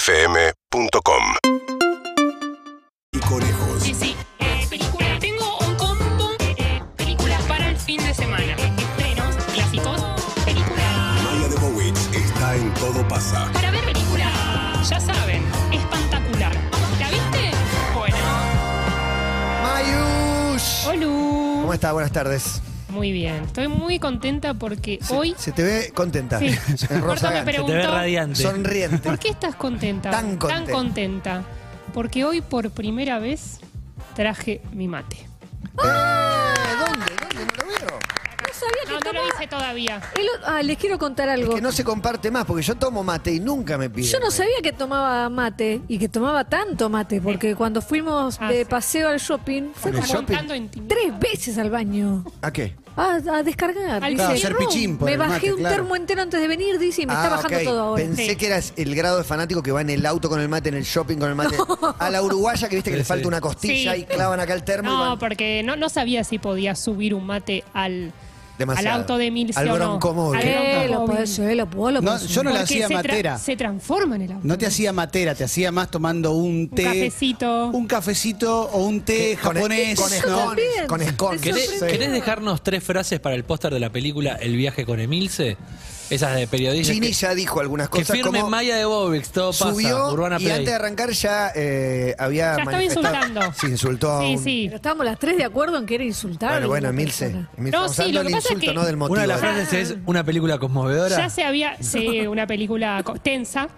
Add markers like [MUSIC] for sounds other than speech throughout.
UrbanaPlayFM.com y conejos. Sí, sí. Eh, película. Tengo un combo eh, películas para el fin de semana. Estrenos, clásicos, películas. Maya de Bowitz está en Todo Pasa. Para ver película, ya saben, espantacular. ¿La viste? Bueno. Mayush. ¿Cómo Hola. estás? Buenas tardes. Muy bien. Estoy muy contenta porque Se, hoy. se te ve contenta. [LAUGHS] Sí. Sos Corto me rozagante, Se te ve preguntó. radiante. Sonriente. Eh, ¿Por qué estás contenta? Tan contenta. contenta? Porque hoy por primera vez traje mi mate. Eh, ¿Dónde? ¿Dónde? No lo veo. No sabía que No, no tomaba- lo hice todavía. El o- ah, les quiero contar Es algo. que no se comparte más porque yo tomo mate y nunca me piden. Yo no sabía que tomaba mate y que tomaba tanto mate, porque cuando fuimos Ah, de sí. paseo al shopping, ¿En el fuimos shopping? Montando en ti. tres veces al baño ¿A qué? a, a descargar. Al Dice, Claro, hacer "No, pichín por me el bajé mate, un claro. termo entero antes de venir, dice, y me está Ah, bajando ok. todo ahora. Pensé Sí. que eras el grado de fanático que va en el auto con el mate, en el shopping con el [LAUGHS] mate. A la uruguaya que viste que le falta una costilla Sí. y clavan acá el termo. y No, van- porque no, no sabía si podía subir un mate al, al Demasiado. auto de Emilce Al o no. broncomóvil. Al Eh, lo broncomóvil. podés, eh, lo puedo, lo No, puedo. yo no la Porque hacía se tra- matera. Se transforma en el auto. No te hacía matera, te hacía más tomando un té. cafecito. Un cafecito o un Eh, té Con- japonés. Con Yo ¿no? E-, también. escones. Con escones. Me ¿Querés, Sí. querés dejarnos tres frases para el póster de la película El viaje con Emilce? Esas de periodistas. Gini que- ya dijo algunas Que, cosas firme como Maya de Bobix, todo pasa. subió Urbana y Play. antes de arrancar ya eh, había Ya estaba manifestado- insultando. Sí, insultó a Sí, un- sí. Pero estábamos las tres de acuerdo en que era insultable. Bueno, bueno, una Milce. persona. Milce, No, estamos sí, lo hablando que del pasa es insulto, que- no del motivo. Una de las ¿eh? frases es una película conmovedora. Ya se había sí, una película co- tensa.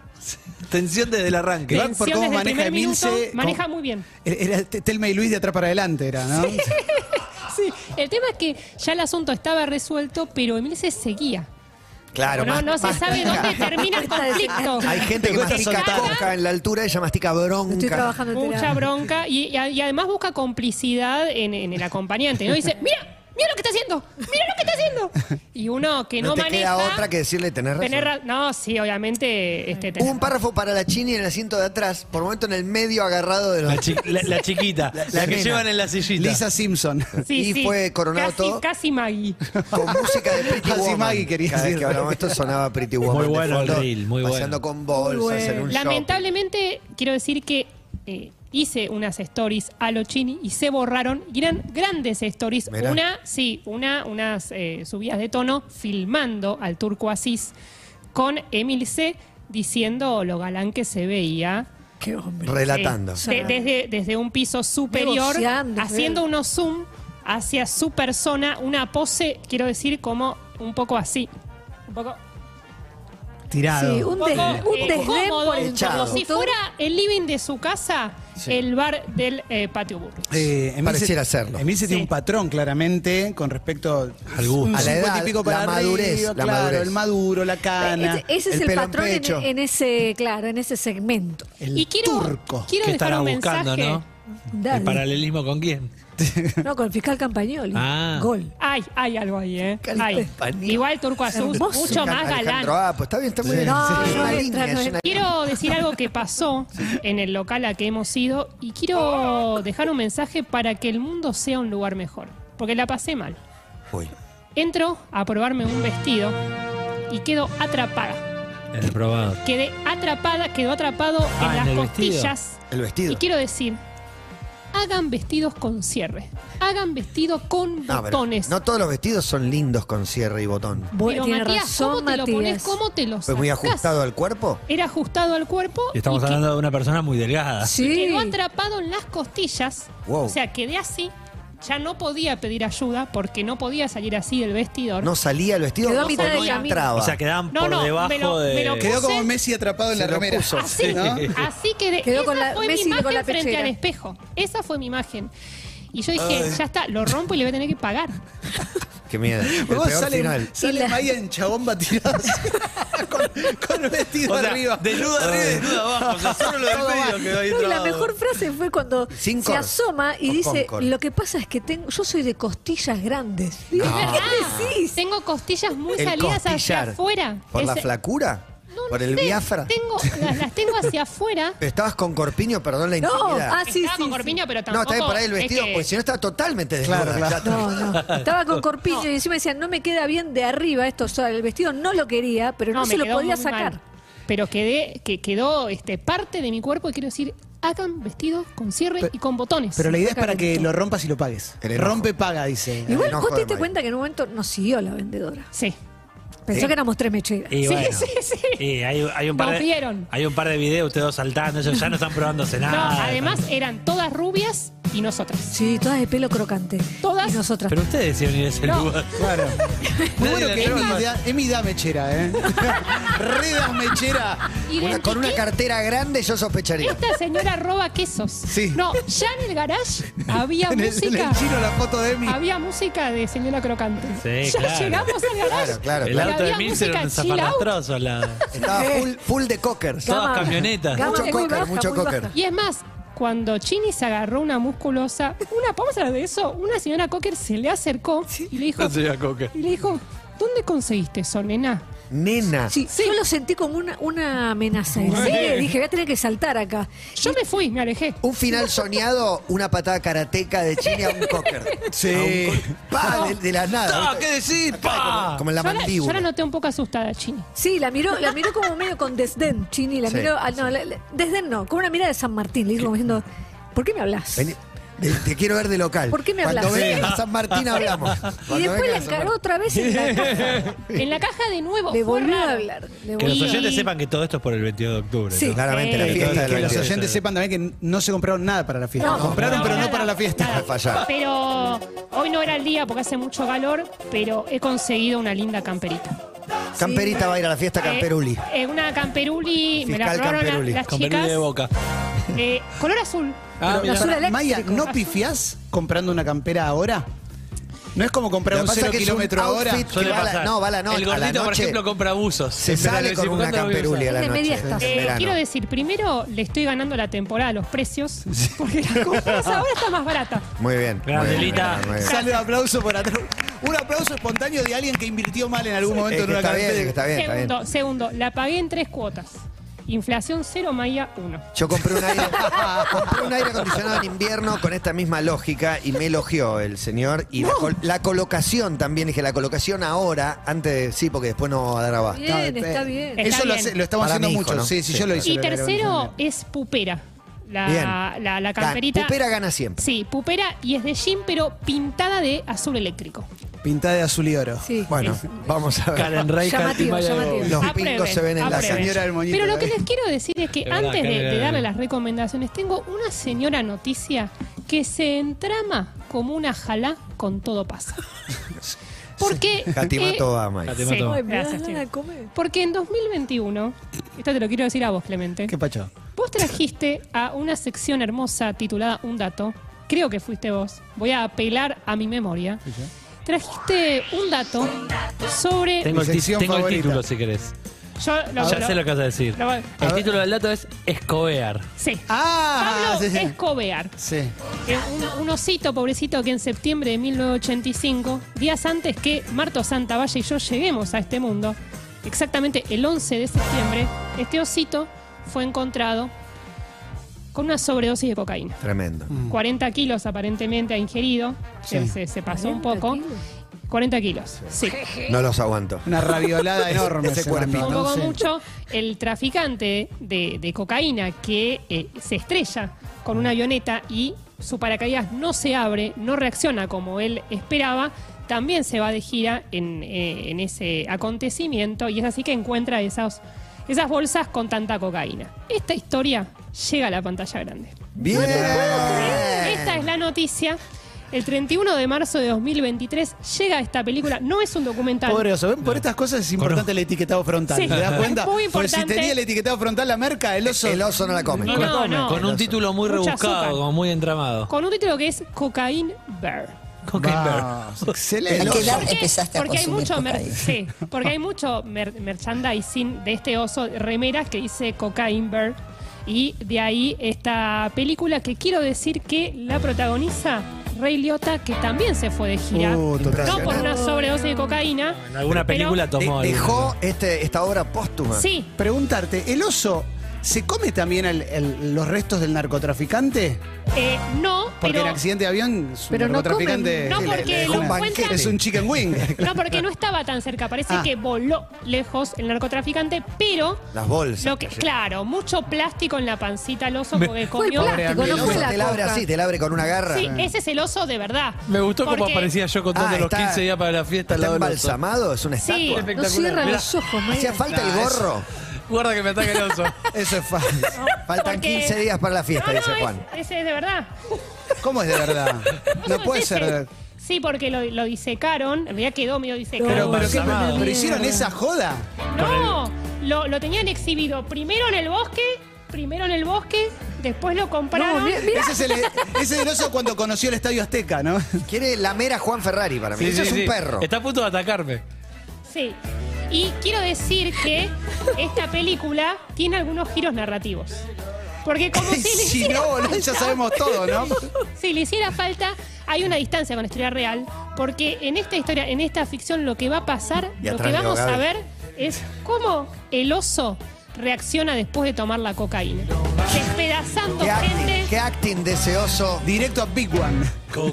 Tensión desde el arranque. Igual Tensión por cómo desde el maneja primer Emilce, minuto. cómo- Maneja muy bien. Era T- Telma y Luis de atrás para adelante, era, ¿no? Sí. El tema es que ya el asunto estaba resuelto, pero Emilce seguía. Claro, no, más- no se más- sabe dónde termina [LAUGHS] el conflicto. [LAUGHS] Hay gente que Me gusta mastica soltar. coca en la altura, ella mastica bronca. Estoy trabajando en Mucha terapia. bronca y, y a- y además busca complicidad en, en el acompañante. ¿no? Dice, mira, mira lo que está haciendo, mira lo que está haciendo. Y uno que no, no, te maneja... queda otra que decirle tener razón. tener ra- No, sí, obviamente... Este, Hubo un párrafo para la chini en el asiento de atrás, por momento en el medio agarrado de los... [LAUGHS] La, chi- la- la chiquita, la, la que nena. llevan en la sillita. [LAUGHS] Lisa Simpson. Sí, y sí. fue coronado casi, todo. Casi Maggie. Con música de Pretty Así Woman. Maggie quería Cada vez decir. que hablamos esto sonaba Pretty Woman. de bueno el fondo, reel, muy bueno. Paseando con bolsas en un shopping. Lamentablemente, quiero decir que eh, hice unas stories a lo chini y se borraron. Y eran grandes stories. Mirá. Una, sí, una, unas eh, subidas de tono filmando al turco Asís con Emil C. diciendo lo galán que se veía. Qué hombre. Relatando. Sí. De- desde, desde un piso superior, Negociando, haciendo creo. unos zoom hacia su persona, una pose, quiero decir, como un poco así. Un poco Tirado. Sí, un, poco, des- un eh, desdén cómodo, por el Echado. como si interlocutor. fuera el living de su casa, el bar del eh, patio Burris. Eh, Emilce- Pareciera hacerlo. Emilce tiene Sí. un patrón, claramente, con respecto Al gusto. un A la edad, 50 y pico la para arriba, madurez, la claro, madurez. el maduro, la cana. Eh, Ese, ese el es el pelo en patrón en, pecho. en ese, claro, en ese segmento. el y quiero, turco. quiero ¿Qué dejar estará un buscando, mensaje. no? Dale. ¿El paralelismo con quién? No, con el fiscal Campagnoli. Ah. Gol. Ay, hay algo ahí, ¿eh? Hay. Español. Igual Turco Azul, Hermoso. mucho más galán. Alejandro Apo, está bien, está muy bien. No, Sí, no es una entra, línea, no es una- Quiero decir algo que pasó en el local a que hemos ido y quiero dejar un mensaje para que el mundo sea un lugar mejor, porque la pasé mal. Uy. Entro a probarme un vestido y quedo atrapada. En el probador. Quedé atrapada, quedó atrapado Ah, en en las el vestido. costillas. El vestido. Y quiero decir, hagan vestidos con cierre, hagan vestido con No, pero botones. no todos los vestidos son lindos con cierre y botón. pero Bueno, tiene Matías, razón, ¿cómo te lo pones? Matías. ¿Cómo te lo ¿Fue muy sacás? ajustado al cuerpo? Era ajustado al cuerpo. Y y estamos que- hablando de una persona muy delgada. Sí. Quedó atrapado en las costillas. Wow. O sea, quedé así. Ya no podía pedir ayuda porque no podía salir así del vestidor. No salía el vestido, Quedó a no, mitad no del camino. entraba. O sea, quedaban No, por no, debajo me lo- de. me lo Quedó José- como Messi atrapado en Se la lo remera. puso. Así, ¿no? así quedé. Quedó Esa con la- fue Messi mi con imagen la frente pechera. al espejo. Esa fue mi imagen. Y yo dije, ya está, lo rompo y le voy a tener que pagar. [LAUGHS] [LAUGHS] Qué miedo. El Vos peor sale, final. sale Maya en chabón batirado [LAUGHS] con, con el vestido O sea, arriba. desnudo arriba y desnudo abajo. o sea, solo lo del Todo medio mal. quedó ahí No, y la trabado. mejor frase fue cuando Sin se cor. asoma y O con dice, cor. lo que pasa es que tengo, yo soy de costillas grandes. Digo, ¿Qué decís? Tengo costillas muy El salidas hacia costillar. afuera. ¿Por la Ese- flacura? No, no ¿Por el sé. Biafra? Tengo, las, las tengo hacia afuera. Pero estabas con Corpiño, perdón la No, intimidad. ah, sí, Estaba sí, con sí. corpiño, pero no, tampoco... está bien por ahí el es vestido, pues, que- porque si no estaba totalmente desnuda. Claro, claro. Ya- No, [LAUGHS] no. Estaba con corpiño y encima decía, no me queda bien de arriba esto. O sea, el vestido no lo quería, pero no, me se lo quedó podía muy mal. sacar. pero quedé, que quedó este, parte de mi cuerpo y quiero decir, hagan vestidos con cierre Pero- y con botones. Pero la idea es para que lo rompas y lo pagues. El enojo. Rompe, paga, dice. [LAUGHS] Y- Igual enojo vos te de diste Mike. cuenta que en un momento nos siguió la vendedora. Sí. Pensó que éramos tres mecheras. Y sí, bueno. sí, sí. Y hay, hay un par Nos de, vieron. Hay un par de videos, ustedes dos saltando, ellos ya no están [LAUGHS] probándose No, nada. además eran todas rubias y nosotras. Sí, todas de pelo crocante. Todas. Y nosotras. Pero ustedes decían ir a ese No. lugar. Claro. Muy Nadie bueno la que Emi llama. da, Emi da mechera, [LAUGHS] ¿eh? Redas mechera. Una- con una Identifiqué- cartera grande yo sospecharía. Esta señora roba quesos. Sí. No, ya en el garage había En el, en música. el chino la foto de Emi. Había música de señora crocante. Sí, ya claro. llegamos al garage. Claro, claro, El claro. auto de había Milce era un música chill out. [LAUGHS] zaparrastroso. La... Estaba Eh. full, full de cockers. Todas camionetas. gama Mucho de muy cocker, baja, mucho muy cocker. baja. Y es más, cuando Chini se agarró una musculosa, una vamos a hablar de eso, una señora Cocker se le acercó y le dijo, La señora Cocker. y le dijo, ¿dónde conseguiste eso, nena? Nena. Sí, Yo lo sentí como una, una amenaza. En serio, dije, voy a tener que saltar acá. Yo me fui, me alejé. Un final soñado, una patada karateca de Chile a un cocker. Sí. A un co- pa, de, de la nada. ¡Ah, qué decís! Como, ¡Pa! como en la yo, la, yo mandíbula. la noté un poco asustada, Chini. Sí, la miró, la miró como medio con desdén, Chini. La Sí. miró. ah, no, la- la- desdén no, con una mirada de San Martín. Le dijo como diciendo, ¿por qué me hablas? Vení, te, te quiero ver de local. ¿Por qué me Cuando hablas? vengas a San Martín hablamos. Cuando Y después vengas la a San encaró Martín. otra vez en la caja. En la caja de nuevo. Le fue volvió a raro. hablar. Que le volvió- los Y- oyentes sepan que todo esto es por el 22 de octubre. Sí. ¿no? Claramente la Sí. Y fiesta que de los la oyentes sepan también que no se compraron nada para la fiesta. No. compraron, No, Ah, pero no nada, para la fiesta. nada. Fallar. Pero hoy no era el día porque hace mucho calor, pero he conseguido una linda camperita. Camperita va a ir a la fiesta Camperuli. Eh, eh, una camperuli, me la Fiscal robaron la- Camperuli. las Con chicas. Bermuda de boca. Ah, eh, color azul. Ah, Pero mirá. azul eléctrico. Maya, ¿no pifiás comprando una campera ahora? ¿No es como comprar Lo un que pasa es cero que es un kilómetro ahora? outfit Suele que va a la- pasar. no, va a la noche, El a la gordito, por noche ejemplo, compra buzos. Se En plan, sale de con vez en una cuando lo voy a usar. camperuli a la Es de media noche. estafa. en Eh, verano. quiero decir, primero le estoy ganando la temporada, los precios, porque la compras ahora está más barata. Muy bien. muy Grande, bien, muy Lita. bien, muy bien. Sale un aplauso por atrás. Un aplauso espontáneo de alguien que invirtió mal en algún momento Es en que una Está bien, campera. es que está bien, está bien. segundo, segundo, la pagué en tres cuotas. Inflación cero, Maya uno. Yo compré un, aire, [LAUGHS] compré un aire acondicionado en invierno con esta misma lógica y me elogió el señor. Y Uh. la, col- la colocación también, dije, la colocación ahora, antes de, sí, porque después no va a dar abasto. Bien, Está- está bien. Está Eso lo, bien. hace- lo estamos Para haciendo mi hijo, mucho. ¿no? Sí, sí, Sí, yo lo hice. Y Lo- lo- lo- tercero es pupera. Bien. La, la, la Gan- camperita. Pupera gana siempre. Sí, pupera y es de jean, pero pintada de azul eléctrico. Pintada de azul y oro. Sí. Bueno, vamos a ver. Karen Rey, Katy Llamativo, Maya de llamativo. boca. Los Aprueben, pingos se ven en la aprueben. señora. señora del moñito, Pero lo la que eh. vi. les quiero decir es que Es verdad, antes de, Karen, de era- darle las recomendaciones, tengo una señora noticia que se entrama como una jalá con todo [LAUGHS] pasa. Porque. eh, Catimato va, Mike. Katy Mato. Ay, me das Gracias, ganas Chini. de comer. Porque en 2021, esto te lo quiero decir a vos, Clemente. ¿Qué pacho? Vos trajiste a una sección hermosa titulada Un dato. Creo que fuiste vos. Voy a apelar a mi memoria. Trajiste un dato sobre. Tengo, el, Mi ti- sección tengo el favorita. título si querés. Yo lo- ya lo- sé lo que vas a decir. lo- el título del dato es Escobear. Sí. Ah, Pablo sí, sí. Escobear. Sí. Eh, Un, un osito pobrecito que en septiembre de 1985, días antes que Marto Santavalle y yo lleguemos a este mundo, exactamente el 11 de septiembre, este osito fue encontrado con una sobredosis de cocaína. Tremendo. 40 kilos aparentemente ha ingerido, se- se, se pasó un poco. 40 40 kilos, sí. No los aguanto. Una [LAUGHS] raviolada enorme. Ese se cuerpito. mandó, Un poco sí. mucho el traficante de, de cocaína que eh, se estrella con una avioneta y su paracaídas no se abre, no reacciona como él esperaba, también se va de gira en, eh, en ese acontecimiento y es así que encuentra esas, esas bolsas con tanta cocaína. Esta historia llega a la pantalla grande. Bien. Eh. Esta es la noticia. El 31 de marzo de 2023 llega esta película. No es un documental. Pobre oso, ¿ven? Por estas cosas es importante el etiquetado frontal. Sí. ¿Te das cuenta? [LAUGHS] Muy Porque si importante. tenía el etiquetado frontal la merca, el oso. El oso no la [LAUGHS] come. No, no, Con- no. Con un título muy Mucha azúcar. rebuscado, como muy entramado. Con un título que es Cocaine Bear. Cocaine Vamos, Excelente. El ¿A qué oso. edad empezaste a porque hay consumir mucho mer- cocaína? sí, porque hay mucho mer- merchandising de este oso, remeras que dice Cocaine Bear. Y de ahí esta película que quiero decir que la protagoniza Ray Liotta, que también se fue de gira. Uh, total. no por una sobredosis de cocaína. En alguna pero- película tomó. De- el- dejó este, esta obra póstuma. Sí, Preguntarte, ¿el oso ¿Se come también el- el- los restos del narcotraficante? Eh, no, Porque pero el accidente de avión es un Pero no narcotraficante. comen. No, le- le porque dejó lo una- encuentran- Es un chicken [LAUGHS] wing. no porque no estaba tan cerca. Parece Ah. que voló lejos el narcotraficante, pero Las bolsas. lo que, cayeron. claro, mucho plástico en la pancita al oso porque Fue el comió. plástico, Pobre no El fue oso la te la abre coca. así, te la abre con una garra. Sí, ese es el oso de verdad. Me gustó cómo Porque- aparecía yo contando Ah, los está- 15 días para la fiesta. al ¿Está lado del oso. embalsamado? ¿Es una Sí. estatua? No Espectacular. cierra Mirá, los ojos, Hacía Mayra. falta el No, es- gorro. Guarda que me ataca el [LAUGHS] oso. Eso es fácil. Faltan Porque- 15 días para la fiesta, No, no, dice es- Juan. Ese es de verdad. ¿Cómo es de [LAUGHS] verdad? No ¿Cómo puede es ese? ser. Sí, porque lo, lo disecaron. En realidad quedó medio disecado. Pero, pero, ¿qué- Embalsamado. pero hicieron esa joda. no, lo, lo tenían exhibido primero en el bosque, primero en el bosque, después lo compraron. No, mira, mira. Ese es, el, ese es el oso cuando conoció el Estadio Azteca, ¿no? Quiere lamer a Juan Ferrari para mí. Sí, Eso sí, es un sí. perro. Está a punto de atacarme. Sí. Y quiero decir que esta película tiene algunos giros narrativos. Porque [LAUGHS] como si le Si hiciera no, boludo, ya sabemos todo, ¿no? [LAUGHS] si le hiciera falta, hay una distancia con la historia real, porque en esta historia, en esta ficción, lo que va a pasar, Y lo atrás que de vamos a Gaby. ver es cómo el oso reacciona después de tomar la cocaína. Despedazando ¿Qué gente. acting, qué acting de ese oso? Directo a Big One. [LAUGHS]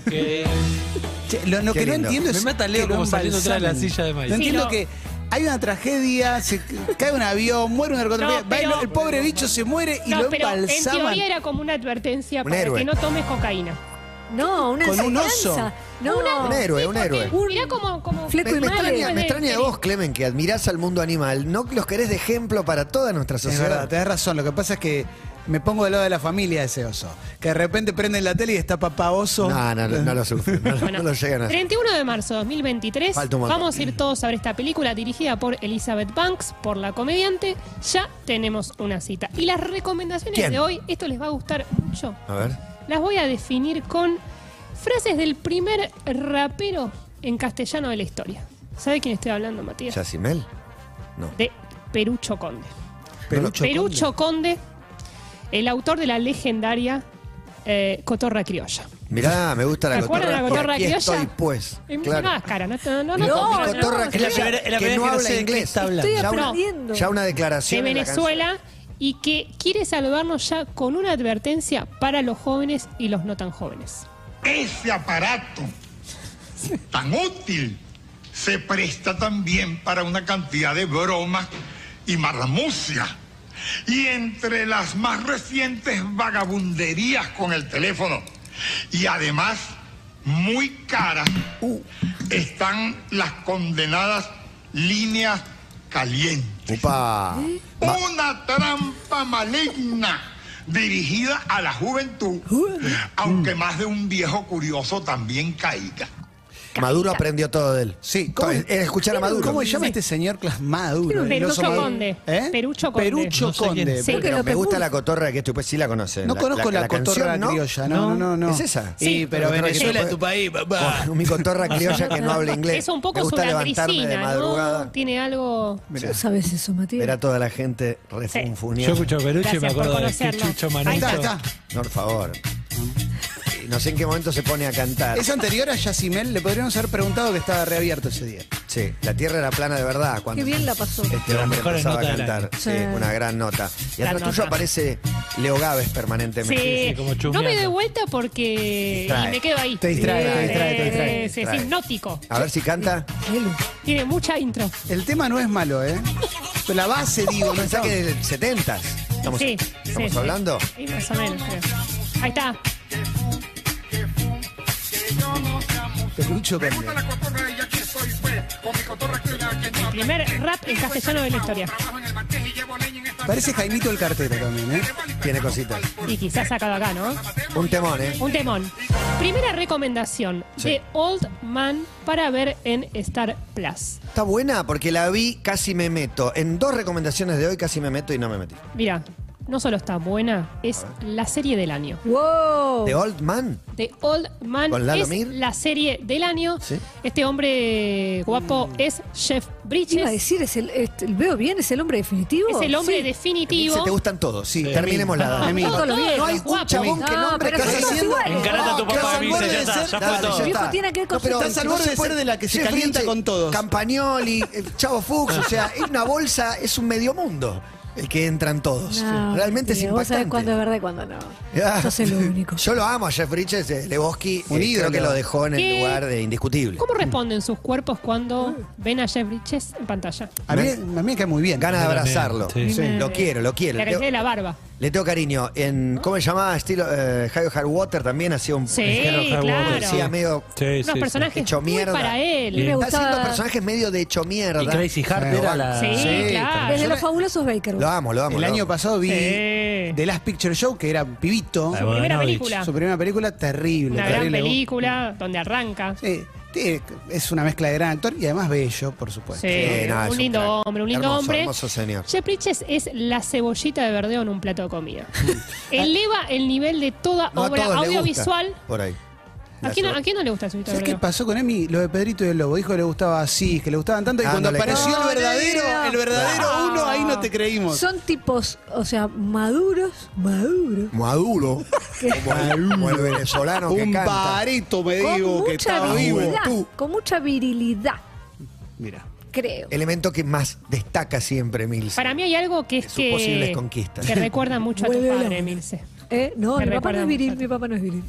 Che, lo, lo Qué que no lindo. entiendo es. Me mata que Leo lo como saliendo atrás de la embalsamen. silla de maíz. No Sí, entiendo no. que hay una tragedia, se cae un avión, muere un narcotraficante. No, va el- pero- el pobre bicho se muere y No, lo pero en embalsaman. teoría era como una advertencia Un para héroe. que no tomes cocaína. No, una Con un oso. enseñanza. No, Un héroe, un héroe. Mirá como, como Fleco Me, y me male. extraña, me de- extraña de de- vos, Clemen, que admirás al mundo animal. No los querés de ejemplo para toda nuestra Es verdad, sociedad. tenés razón. Lo que pasa es que me pongo del lado de la familia de ese oso. Que de repente prenden la tele y está papá oso. No, no, no, no lo sufren. No, Bueno, no lo llegan a 31 de marzo de 2023. Falta un montón. Vamos a ir todos a ver esta película dirigida por Elizabeth Banks, por la comediante. Ya tenemos una cita. Y las recomendaciones ¿Quién? de hoy, esto les va a gustar mucho. A ver. Las voy a definir con frases del primer rapero en castellano de la historia. ¿Sabe quién estoy hablando, Matías? ¿Yacimel? No. De Perucho Conde. Perucho. Perucho Conde, el autor de la legendaria eh, Cotorra Criolla. Mirá, me gusta la ¿Se acuerdan de cotorra. la y cotorra aquí criolla? estoy, pues. Es mucho Claro. más cara, no, no, no, Mi no, co- no, mi cotorra no, criolla La primera- que la no primera que no habla sé de qué inglés. está hablando. Estoy ya, aprendiendo. una, ya una declaración. de en la Venezuela y que quiere saludarnos ya con una advertencia para los jóvenes y los no tan jóvenes. Ese aparato tan útil se presta también para una cantidad de bromas y marramucia. Y entre las más recientes vagabunderías con el teléfono. Y además, muy caras, están las condenadas líneas calientes. canción. Upa. Una trampa maligna dirigida a la juventud, aunque más de un viejo curioso también caiga. Maduro aprendió todo de él. Sí, ¿cómo- Era escuchar a Maduro. ¿Cómo se llama este señor Clas Maduro? El Perucho oso Maduro. Conde. Perucho Conde. ¿Eh? Perucho No sé quién Conde. es. Sí. ¿Eh? Pero Creo que me gusta muy- la cotorra que estoy, pues sí la conocen. No conozco la, cotorra canción, ¿no? criolla, no, no, no, no. ¿Es esa? Sí, pero La cotorra Venezuela criolla. es tu país, papá. Con mi cotorra criolla que no habla inglés. Es un Me poco su gusta levantarme de latricina, madrugada. ¿no? Tiene algo... No sabes eso, Matías. Ver a toda la gente Yo refunfuneando. escucho a Perucho y me Gracias por acuerdo de conocerlo. Chucho Ahí Manito. Está, está. No, por favor. Y No sé en qué momento se pone a cantar. Es anterior a Yacimel, le podríamos haber preguntado que estaba reabierto ese día. Sí, la tierra era plana de verdad. Cuando Qué bien la pasó. Este Las hombre mejores empezaba a notas del cantar. año. Sí, Sí. una gran nota. Y Gran atrás tuyo nota. aparece Leo Gávez permanentemente. Sí, no como me doy chusmeando. vuelta porque... Y Distrae. me quedo ahí. Te distrae, Sí, te distrae, te distrae. es- Es Distrae. hipnótico. A ver si canta. Elu. Tiene mucha intro. El tema no es malo, ¿eh? Pero La base, digo, no Pensá está. que del 70 estamos, Sí, estamos sí, hablando. Sí, más o menos. creo. Ahí está. Perucho Conde. El primer rap en castellano de la historia. Parece Jaimito el cartero también, ¿eh? Tiene cositas. Y quizás sacado acá, ¿no? Un temón, ¿eh? Un temón. Primera recomendación de Old Man para ver en Star Plus. Está buena porque la vi, casi me meto. En dos recomendaciones de hoy casi me meto y no me metí. Mira, no solo está buena, es la serie del año. Wow. The Old Man. The Old Man ¿Con Lalo es Mir? la serie del año. Sí. Este hombre guapo es Jeff Mm. Iba a Bridges. decir, es el, es- veo bien, es el hombre definitivo. Es el hombre Sí. definitivo. Eh, Se te gustan todos, sí. Sí. Terminemos la Ah, data. Amigo. todos los días, No hay los un guapos. chabón que No, nombre pero casi son todos haciendo. iguales. Encarata a tu papá, Claudio, dice, ya de está, ser- ya Dale, fue todo. ya Viejo está. tiene aquel No, pero Estás al no borde se de puede- ser de la que se Jeff calienta Bridges, con todos. Campagnoli, eh, Chavo Fuchs, o sea, es una bolsa, es un medio mundo. el que entran todos. No, Realmente es mentira, Vos sabés impactante. cuándo es verdad y cuándo no. Ah. [LAUGHS] Sos el único. Yo lo amo a Jeff Bridges, eh, Lebowski, Un eh, creo ídolo. que lo dejó en el ¿Qué? lugar de indiscutible. ¿Cómo responden sus cuerpos cuando Ah. ven a Jeff Bridges en pantalla? A mí, a mí me cae muy bien. Ganas de Yo también, abrazarlo. sí. Sí. Lo quiero, lo quiero. La Le, crecida de la barba. le tengo cariño. En, ¿Cómo se llamaba? Estilo eh, High Hard Water también hacía un Sí, Hell's Hell's decía claro. medio. Sí, Unos sí, personajes Hecho muy mierda. para Y- él. Me Está haciendo gustaba- personajes medio de hecho mierda. Y Crazy Heart Pero era bueno, la. Sí, Sí, claro. Desde los fabulosos Baker. Lo amo, lo amo. El lo año amo. pasado vi Sí. The Last Picture Show, que era pibito. Ah, Su primera Bogdanovich. película. Su primera película, terrible. Una gran terrible. película donde arranca. Sí, Sí, tiene- es una mezcla de gran actor y además bello, por supuesto. pues, Sí, nada, es un un lindo crack. hombre, un lindo Hermoso, hombre. hermoso señor. Jeff Bridges es la cebollita de verdeo en un plato de [LAUGHS] comida. Eleva el nivel de toda No a obra todos le gusta. audiovisual. Por ahí. ¿A La quién, so- a quién no le gusta el cebollita de ¿Sabes qué verdeo? pasó con Emi? Lo de Pedrito y el Lobo. Dijo que le gustaba así, que le gustaban tanto. Y Ah, no cuando le apareció creo. el verdadero, No, no le el creo. verdadero No. uno, ahí no te creímos. Son tipos, o sea, maduros, [LAUGHS] maduros. Maduro. como, como el venezolano que un canta. parito me Con digo que mucha estaba vivo. virilidad. Tú. Con mucha virilidad, Mira. creo. Elemento que más destaca siempre, Mills. Para mí hay algo que es Sus posibles que, conquistas. que recuerda mucho a tu Vuelve la padre, mano. Emilce. Eh, No, Me mi papá no recuerda es viril, mucho. mi papá no es viril.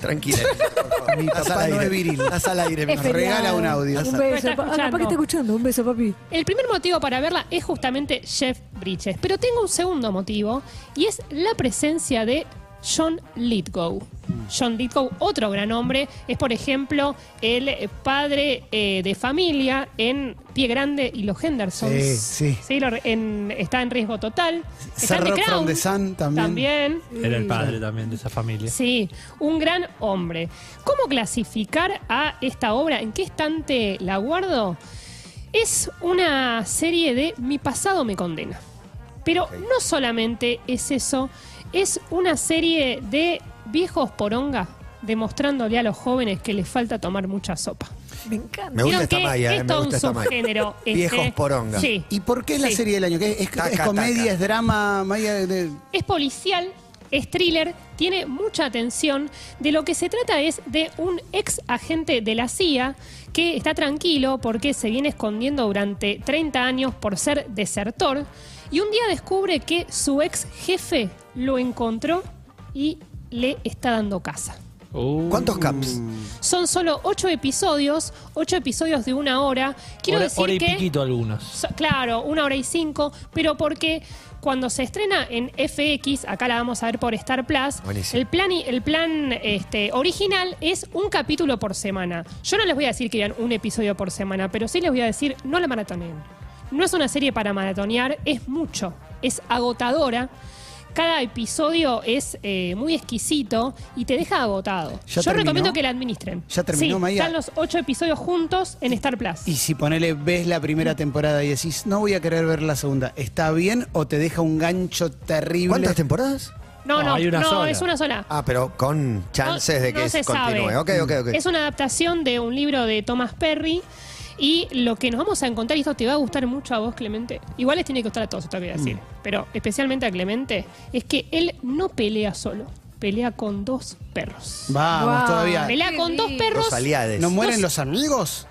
Tranquila. [LAUGHS] Mi papá no es viril. Estás al aire, Es Mills. feliz. regala feriado. un audio. Un Me beso. está pa- Ah, escuchando. papá que está escuchando. Un beso, papi. El primer motivo para verla es justamente Jeff Bridges, pero tengo un segundo motivo y es la presencia de John Lithgow. John Lithgow, otro gran hombre, es por ejemplo el eh, padre eh, de familia en Pie Grande y los Hendersons. Sí, sí. lo re- en- está en riesgo total. Está en Sarah The from Crown the Sun también. también. Era el padre también de esa familia. Sí, un gran hombre. ¿Cómo clasificar a esta obra? ¿En qué estante la guardo? Es una serie de Mi pasado me condena. Pero no solamente es eso, es una serie de viejos poronga demostrándole a los jóvenes que les falta tomar mucha sopa. Me encanta. Me gusta Vieron esta que malla, eh, es me todo gusta un esta malla. subgénero. este- Viejos poronga. Sí. ¿Y por qué es la Sí. serie del año? ¿Qué- ¿Es, Taca, es comedia, taca. es drama? Maya, de- Es policial, es thriller, tiene mucha atención. De lo que se trata es de un ex agente de la CIA que está tranquilo porque se viene escondiendo durante 30 años por ser desertor y un día descubre que su ex jefe lo encontró y le está dando casa. Uh, ¿Cuántos caps? Son solo ocho episodios, ocho episodios de una hora. Quiero hora, decir hora y que piquito algunos. So- Claro, una hora y cinco, pero porque cuando se estrena en FX, acá la vamos a ver por Star Plus, Buenísimo. el plan, i- el plan este, original es un capítulo por semana. Yo no les voy a decir que vean un episodio por semana, pero sí les voy a decir, no la maratoneen. No es una serie para maratonear, es mucho, es agotadora. Cada episodio es eh, muy exquisito y te deja agotado. ¿Ya Yo terminó? recomiendo que la administren. ¿Ya terminó, Sí, Maía? Están los ocho episodios juntos en Star Plus. Y si ponele, ves la primera temporada y decís, no voy a querer ver la segunda, ¿está bien o te deja un gancho terrible? ¿Cuántas temporadas? No, No, no, hay una no, sola. es una sola. Ah, pero con chances No- de que no es- se continúe. sabe. Ok, ok, ok. Es una adaptación de un libro de Thomas Perry. Y lo que nos vamos a encontrar, y esto te va a gustar mucho a vos, Clemente, igual les tiene que gustar a todos, esto que voy a decir, pero especialmente a Clemente, es que él no pelea solo, pelea con dos perros. Vamos Guau. todavía. Pelea. Pelea qué con dos rico. perros. Los aliades. ¿No mueren No sé. los amigos?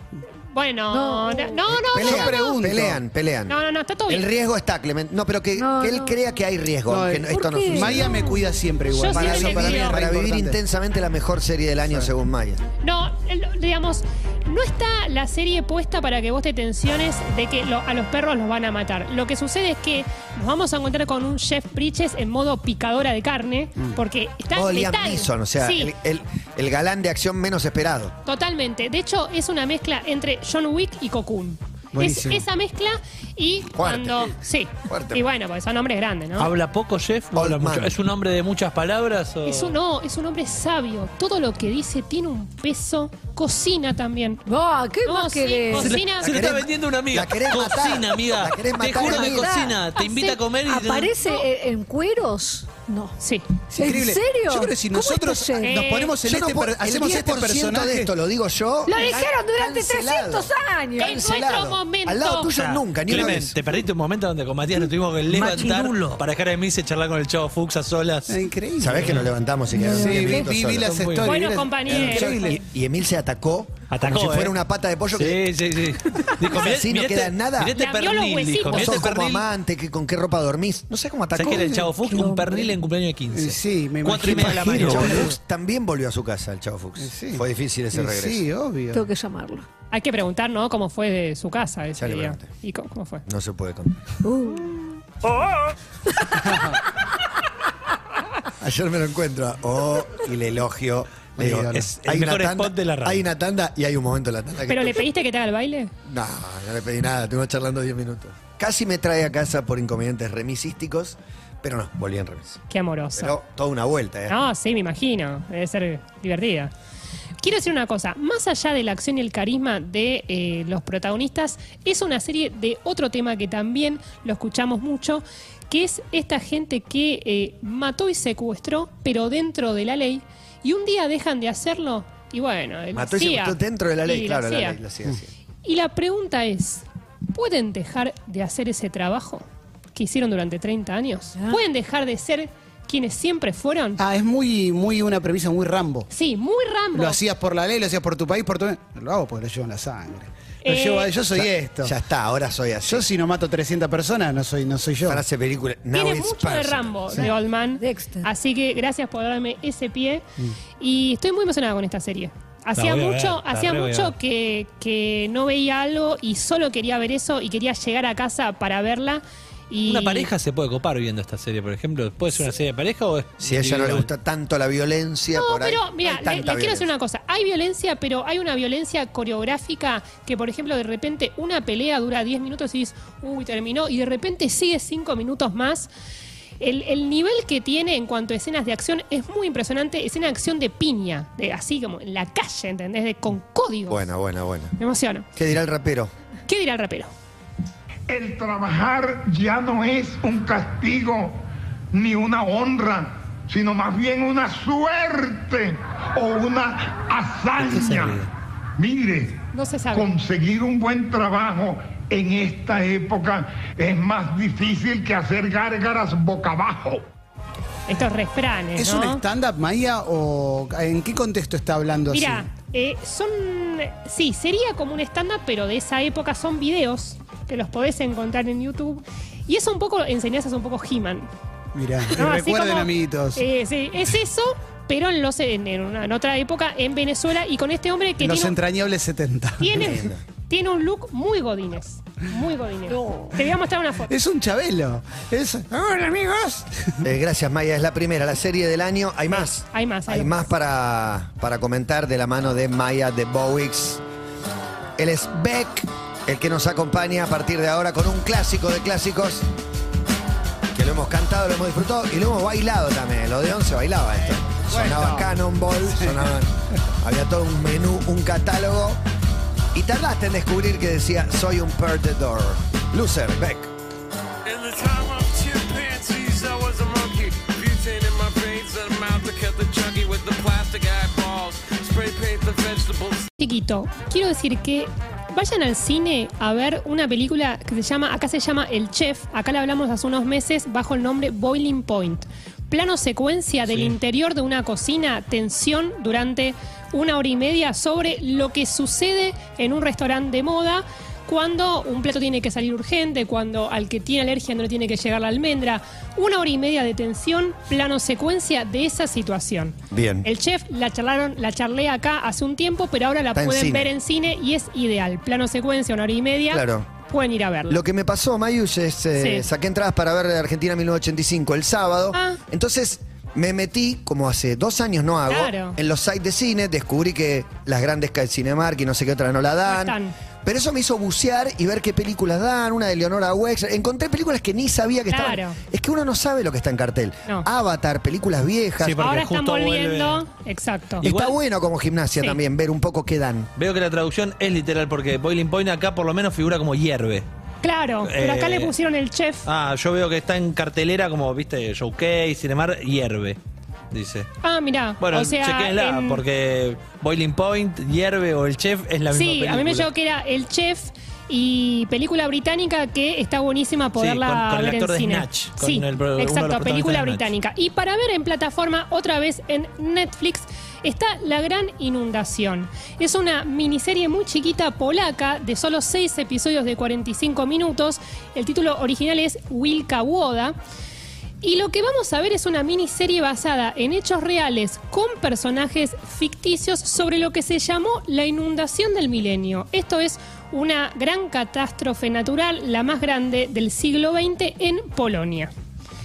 Bueno, no, no, No. no, pelean, yo pregunto. pelean, pelean. no, no, no, está todo El bien. riesgo está, Clemente. No, pero que, No, que él no. crea que hay riesgo. No, aunque ¿por esto no qué? suceda. Maya me cuida siempre igual. Yo Para, Sí, eso, sí, para, sí, mí, sí. para vivir Importante. intensamente la mejor serie del año, según Maya. No, el- digamos, no está la serie puesta para que vos te tensiones de que lo- a los perros los van a matar. Lo que sucede es que nos vamos a encontrar con un Chef Bridges en modo picadora de carne, porque está Todo Mm. Oh, Liam letal. Neeson, o sea, Sí, el, el- el galán de acción menos esperado. totalmente. De hecho, es una mezcla entre John Wick y Cocoon. Es Buenísimo. esa mezcla y cuando... Sí, Fuerte. y bueno, porque son hombres grandes, ¿no? ¿Habla poco, Jeff? o Old habla mucho? man. ¿Es un hombre de muchas palabras? O... Es un, no, es un hombre sabio. Todo lo que dice tiene un peso. Cocina también. No, Ah, ¿qué No, más sí, querés? Se le, Cocina. se le La está querés- vendiendo una amiga. la querés matar. cocina, amiga. La querés Te matar, juro que amiga. cocina. Te invita a comer y... ¿Aparece e-, en- en cueros? No. Sí. Es ¿En increíble. serio? Yo creo que si ¿Cómo nosotros esto llega? nos ponemos en Yo no este, puedo- per- el hacemos este 10% personaje. de esto lo digo yo. Lo Can- dijeron durante cancelado. 300 años. En nuestro Cancelado. momento. Al lado tuyo nunca, ni una Clemen, vez. te perdiste un momento donde con Matías nos tuvimos que levantar para dejar a Emilce charlar con el chavo Fuchs a solas. Es increíble. Sabés que nos levantamos y quedaron Sí, diez vi, minutos vi- vi solos. las Son stories. buenos vi las- compañeros. Increíble. Y, y Emil se atacó Atacó, como si fuera ¿eh? una pata de pollo que Sí, sí, sí. Dijo, mirá- Así no mirá queda este- nada. mirá este Lamió los pernil, dijo. huesitos. vos mirá sos este como pernil. amante, que con qué ropa dormís. No sé cómo atacó. ¿Sabés que era el Chavo Fuchs? Qué Un hombre. pernil en cumpleaños de 15. Eh, sí, me Cuatro y media imagino. de la El Imagino, mañana. Chavo boludo. Fuchs también volvió a su casa, el Chavo Fuchs. Sí. Fue difícil ese Sí, regreso. Sí, obvio. Tengo que llamarlo. Hay que preguntar, ¿no? ¿Cómo fue de su casa ese Ya le día? pregunté. ¿Y cómo, cómo fue? No se puede contar. Oh. Uh, [LAUGHS] Ayer me lo encuentro. a- Oh, y le elogio. Le Un digo, ídolo. Es el una mejor tanda- spot de la radio. Hay una tanda y hay un momento en la tanda que. ¿Pero le pediste que te haga el baile? No, no le pedí nada, estuvimos charlando 10 minutos. Casi me trae a casa por inconvenientes remisísticos, pero no, volví en remis. Qué amoroso. Pero toda una vuelta, ¿eh? No, sí, me imagino. Debe ser divertida. Quiero decir una cosa, más allá de la acción y el carisma de eh, los protagonistas, es una serie de otro tema que también lo escuchamos mucho, que es esta gente que eh, mató y secuestró, pero dentro de la ley, y un día dejan de hacerlo, y bueno, el Mató y CIA, secuestró dentro de la ley, y claro, la CIA. ley, la CIA, sí. Y la pregunta es, ¿pueden dejar de hacer ese trabajo que hicieron durante 30 años? Ah. ¿Pueden dejar de ser quienes siempre fueron? Ah, es muy, muy una premisa muy Rambo. Sí, muy Rambo. Lo hacías por la ley, lo hacías por tu país, por tu... No lo hago porque lo llevo en la sangre. Lo Eh, llevo a- Yo soy Ya- esto. Ya está, ahora soy así. Yo si no mato 300 personas, no soy, no soy yo. Frase película. Now Tiene it's mucho de personal. Rambo, de Goldman. Dexter. Así que gracias por darme ese pie. Y estoy muy emocionada con esta serie. Hacía voy a ver, mucho, Mm. la hacía re voy a mucho ver. que, que no veía algo y solo quería ver eso y quería llegar a casa para verla. Y Una pareja se puede copar viendo esta serie, por ejemplo. ¿Puede ser una serie de pareja o es.? Si a ella no le individual? gusta tanto la violencia, No, por ahí. pero mira, hay le, tanta le quiero decir violencia. una cosa. Hay violencia, pero hay una violencia coreográfica que, por ejemplo, de repente una pelea dura 10 minutos y dices, uy, terminó, y de repente sigue 5 minutos más. El, el nivel que tiene en cuanto a escenas de acción es muy impresionante. Escena de acción de piña, de, así como en la calle, ¿entendés? De, con códigos. Bueno, bueno, bueno. Me emociono. ¿Qué dirá el [LAUGHS] rapero? ¿Qué dirá el rapero? El trabajar ya no es un castigo ni una honra, sino más bien una suerte o una hazaña. Mire, No se sabe. conseguir un buen trabajo en esta época es más difícil que hacer gárgaras boca abajo. Estos refranes, ¿Es ¿no? un stand-up, Maya, o en qué contexto está hablando Mira, así? eh, son. Sí, sería como un stand-up, pero de esa época son videos que los podés encontrar en YouTube. Y es un poco, enseñanzas un poco He-Man. Mira, ¿no? Así recuerden, como, amiguitos. eh, sí, es eso, pero en, los, en, en una- en otra época en Venezuela y con este hombre que los tiene, un- entrañables 70. tiene, tiene un look muy godines. Muy godines. Te voy a mostrar una foto. [LAUGHS] Es un chabelo. Es... ¡Hola, amigos! Eh, gracias, Maya. Es la primera, la serie del año. Hay más. Hay más, hay Hay más para, para comentar de la mano de Maya de Bowix. Él es Beck, el que nos acompaña a partir de ahora con un clásico de clásicos. Que lo hemos cantado, lo hemos disfrutado y lo hemos bailado también. Lo de 11 bailaba esto. Sonaba Cannonball, sonaban- había todo un menú, un catálogo. Y tardaste en descubrir que decía Soy un perdedor. Loser, Beck. In the time of chimpanzees, I was a monkey. Butane in my veins and a mouth that kept the chunky with the plastic eyeballs. Spray paint the vegetables. Chiquito, quiero decir que vayan al cine a ver una película que se llama, acá se llama El Chef, acá la hablamos hace unos meses bajo el nombre Boiling Point. Plano secuencia del interior de una cocina, tensión durante una hora y media sobre lo que sucede en un restaurante de moda. Cuando un plato tiene que salir urgente, cuando al que tiene alergia no le tiene que llegar la almendra. Una hora y media de tensión, plano secuencia de esa situación. Bien. El chef la charlaron, la charlé acá hace un tiempo, pero ahora la Está en pueden cine. ver en cine y es ideal. Plano secuencia, una hora y media. Claro. Pueden ir a verlo. Lo que me pasó, Mayus, es eh, Sí. saqué entradas para ver Argentina 1985 el sábado. Ah. Entonces me metí, como hace dos años no hago, Claro. en los sites de cine, descubrí que las grandes ca- Cinemark y no sé qué otra no la dan. No están. Pero eso me hizo bucear y ver qué películas dan, una de Leonora Wexler. Encontré películas que ni sabía que Claro. estaban. Es que uno no sabe lo que está en cartel. No. Avatar, películas viejas. Sí, porque ahora están justo vuelve- volviendo. Exacto. Está Igual- bueno como gimnasia Sí. también ver un poco qué dan. Veo que la traducción es literal porque Boiling Point acá por lo menos figura como hierve. Claro, pero acá Eh, le pusieron el chef. Ah, Ah, yo veo que está en cartelera como, viste, showcase, cinemar, hierve. Dice. Ah, mirá. Bueno, o sea, chequenla, en- porque Boiling Point, hierve o el chef es la misma Sí, a mí me película. llegó que era el chef Y película británica que está buenísima poderla con- con el ver actor en de cine. Snatch, con sí, el pro- uno de los exacto, protagonistas película de Snatch. británica. Y para ver en plataforma otra vez en Netflix está La Gran Inundación. Es una miniserie muy chiquita polaca de solo seis episodios de 45 minutos. El título original es Wilka Woda. Y lo que vamos a ver es una miniserie basada en hechos reales con personajes ficticios sobre lo que se llamó la inundación del milenio. Esto es una gran catástrofe natural, la más grande del siglo XX en Polonia.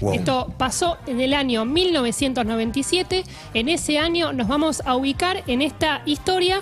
Wow. Esto pasó en el año 1997. En ese año nos vamos a ubicar en esta historia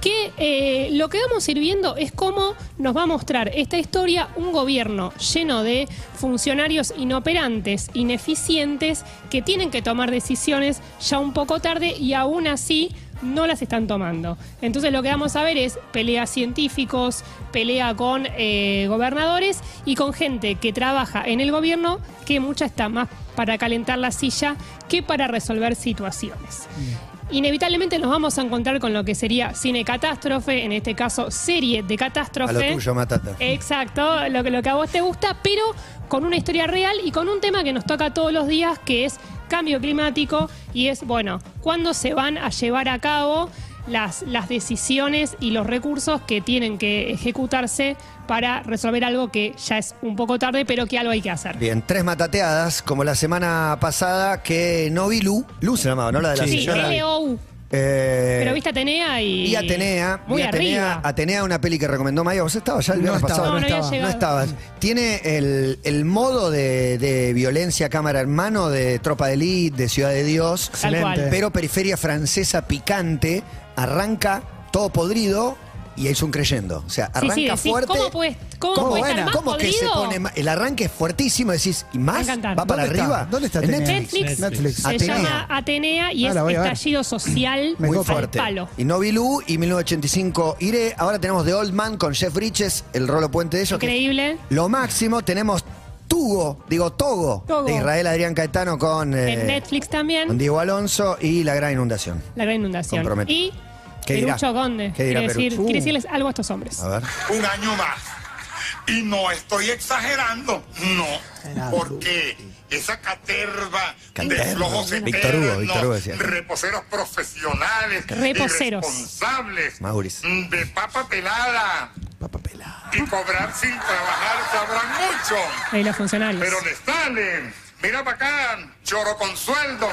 que eh, lo que vamos a ir viendo es cómo nos va a mostrar esta historia un gobierno lleno de funcionarios inoperantes, ineficientes, que tienen que tomar decisiones ya un poco tarde y aún así no las están tomando. Entonces lo que vamos a ver es pelea científicos, pelea con eh, gobernadores y con gente que trabaja en el gobierno que mucha está más para calentar la silla que para resolver situaciones. Mm. Inevitablemente nos vamos a encontrar con lo que sería cine catástrofe, en este caso serie de A catástrofe. lo tuyo, Matata. Exacto, lo que, lo que a vos te gusta, pero con una historia real y con un tema que nos toca todos los días, que es cambio climático y es, bueno, cuándo se van a llevar a cabo las, las decisiones y los recursos que tienen que ejecutarse para resolver algo que ya es un poco tarde, pero que algo hay que hacer. Bien, tres matateadas, como la semana pasada que no vi Lu. Lu se llamaba, ¿no? La de la Sí, Sí, yo la vi. LOU, Eh, pero viste Atenea y... Y Atenea, Muy y Atenea, arriba. Atenea, una peli que recomendó Maya. ¿Vos estabas ya el No viernes estaba, no, pasado? no había llegado. estabas. Tiene el, el modo de, de violencia cámara hermano de Tropa de Elite, de Ciudad de Dios. Tal cual. Excelente. Pero periferia francesa picante, arranca todo podrido y es un creyendo. O sea, Sí, arranca sí, decís, fuerte. ¿cómo puede- cómo puede estar bueno, más ¿cómo que se podrido? pone ma- El arranque es fuertísimo, decís, ¿y más? Va a encantar. ¿Va para ¿Dónde arriba? está? ¿Dónde está En Atenea? Netflix. Netflix. Netflix. Se Atenea. llama Atenea y Ah, es la voy a ver. estallido social Me Muy copa. fuerte. al palo. Y Novilu y 1985 Iré. Ahora tenemos The Old Man con Jeff Bridges, el rolo puente de ellos. que Increíble. es Lo máximo. Tenemos Tugo, digo Togo, Togo. de Israel Adrián Caetano con, eh, en Netflix también. con Diego Alonso y La Gran Inundación. La gran inundación. Compromete. Y ¿Qué dirá? Perucho Conde. ¿Qué dirá quiere, decir, Perucho? quiere decirles algo a estos hombres. A ver. Un año más. Y no estoy exagerando, no, porque esa caterva Caterva. de flojos Víctor Hugo, eternos, Víctor Hugo decía. reposeros profesionales, Reposeros. irresponsables, Mauriz. de papa pelada, Papá pelado. y cobrar sin trabajar sabrán mucho. Ahí los funcionarios. Pero les salen. Mira para acá, choro con sueldo.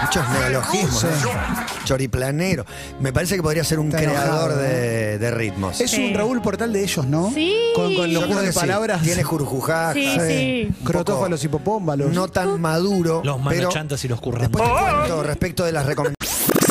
Muchos neologismos. ¿no? Choriplanero. Me parece que podría ser un Está creador enojado, de, ¿eh? de ritmos. Es Sí. un Raúl Portal de ellos, ¿no? Sí. Con, Yo con los creo juegos que de sí. palabras. Tiene jurujujá. Sí, sí. Un poco- Crotófalos y popómbalos. No tan maduro. Los pero manochantas y los currantes. Después te cuento respecto de las recomendaciones.